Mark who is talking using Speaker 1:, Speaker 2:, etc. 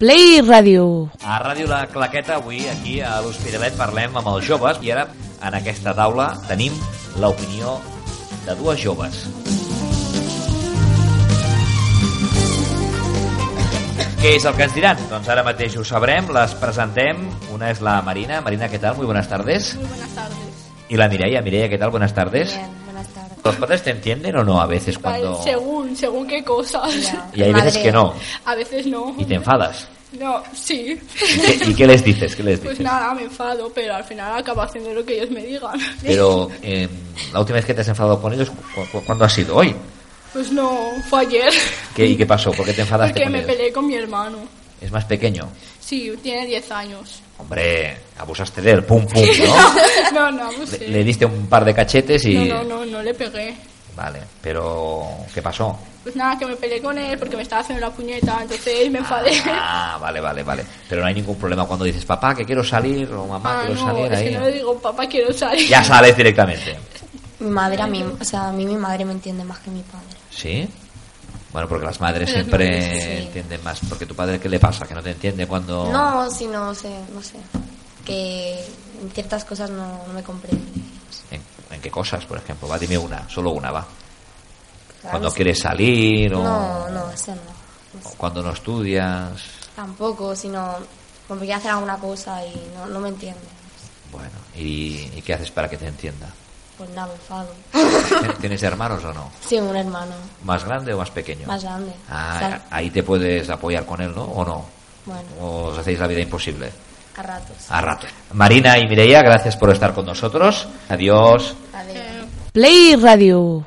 Speaker 1: Play Ràdio.
Speaker 2: A Ràdio La Claqueta, avui aquí a l'Hospitalet parlem amb els joves i ara en aquesta taula tenim l'opinió de dues joves. Què és el que ens diran? Doncs ara mateix ho sabrem, les presentem. Una és la Marina. Marina, què tal? Muy buenas tardes.
Speaker 3: Muy buenas tardes.
Speaker 2: I la Mireia. Mireia, què tal? Buenas tardes.
Speaker 4: Bien, buenas tardes.
Speaker 2: ¿Los padres te entienden o no a veces cuando...?
Speaker 3: Según, según qué cosas.
Speaker 4: Ya.
Speaker 2: Y hay veces
Speaker 4: Madre.
Speaker 2: que no.
Speaker 3: A veces no.
Speaker 2: Y te enfadas.
Speaker 3: No, sí.
Speaker 2: ¿Y qué, y qué les dices? ¿Qué les dices?
Speaker 3: Pues nada, me enfado, pero al final acabo haciendo lo que ellos me digan.
Speaker 2: Pero eh, la última vez que te has enfadado con ellos, ¿cu cu- cuándo ha sido? ¿Hoy?
Speaker 3: Pues no, fue ayer.
Speaker 2: ¿Qué, ¿Y qué pasó? ¿Por qué te enfadaste
Speaker 3: Porque
Speaker 2: con
Speaker 3: me
Speaker 2: ellos?
Speaker 3: peleé con mi hermano.
Speaker 2: Es más pequeño.
Speaker 3: Sí, tiene 10 años.
Speaker 2: Hombre, abusaste de él, pum pum, ¿no?
Speaker 3: No, no,
Speaker 2: Le,
Speaker 3: pues
Speaker 2: le diste un par de cachetes y...
Speaker 3: No, no, no, no le pegué.
Speaker 2: Vale, pero ¿qué pasó?
Speaker 3: Pues nada, que me peleé con él porque me estaba haciendo la puñeta, entonces me enfadé.
Speaker 2: Ah, vale, vale, vale. Pero no hay ningún problema cuando dices, papá, que quiero salir, o mamá,
Speaker 3: Ah,
Speaker 2: quiero
Speaker 3: no,
Speaker 2: salir
Speaker 3: es
Speaker 2: ahí.
Speaker 3: que no le digo, papá, quiero salir.
Speaker 2: Ya sales directamente.
Speaker 4: Mi madre a mí, o sea, a mí mi madre me entiende más que mi padre.
Speaker 2: ¿Sí? Bueno, porque las madres
Speaker 3: Las
Speaker 2: siempre
Speaker 3: madres,
Speaker 4: sí.
Speaker 2: entienden más. Porque tu padre, ¿qué le pasa? Que no te entiende cuando...
Speaker 4: No, si no sé, no sé. Que en ciertas cosas no, no me comprende.
Speaker 2: ¿En, en qué cosas, por ejemplo? Va, dime una, solo una, va.
Speaker 4: Claro,
Speaker 2: Cuando
Speaker 4: sí.
Speaker 2: quieres salir o...
Speaker 4: No, no, eso no. No
Speaker 2: o
Speaker 4: sé.
Speaker 2: cuando no estudias.
Speaker 4: Tampoco, sino cuando quiere hacer alguna cosa y no, no me entiende.
Speaker 2: Bueno, ¿y, y qué haces para que te entienda?
Speaker 4: Pues nada, me enfado.
Speaker 2: ¿Tienes hermanos o no?
Speaker 4: Sí, un hermano
Speaker 2: ¿Más grande o más pequeño?
Speaker 4: más grande. O
Speaker 2: Ah,
Speaker 4: sea,
Speaker 2: ahí te puedes apoyar con él, ¿no? ¿O no?
Speaker 4: bueno,
Speaker 2: ¿O os hacéis la vida imposible?
Speaker 4: a ratos.
Speaker 2: A rato. Marina y Mireia, gracias por estar con nosotros. Adiós.
Speaker 4: Adiós.
Speaker 3: Eh,
Speaker 1: Play Ràdio.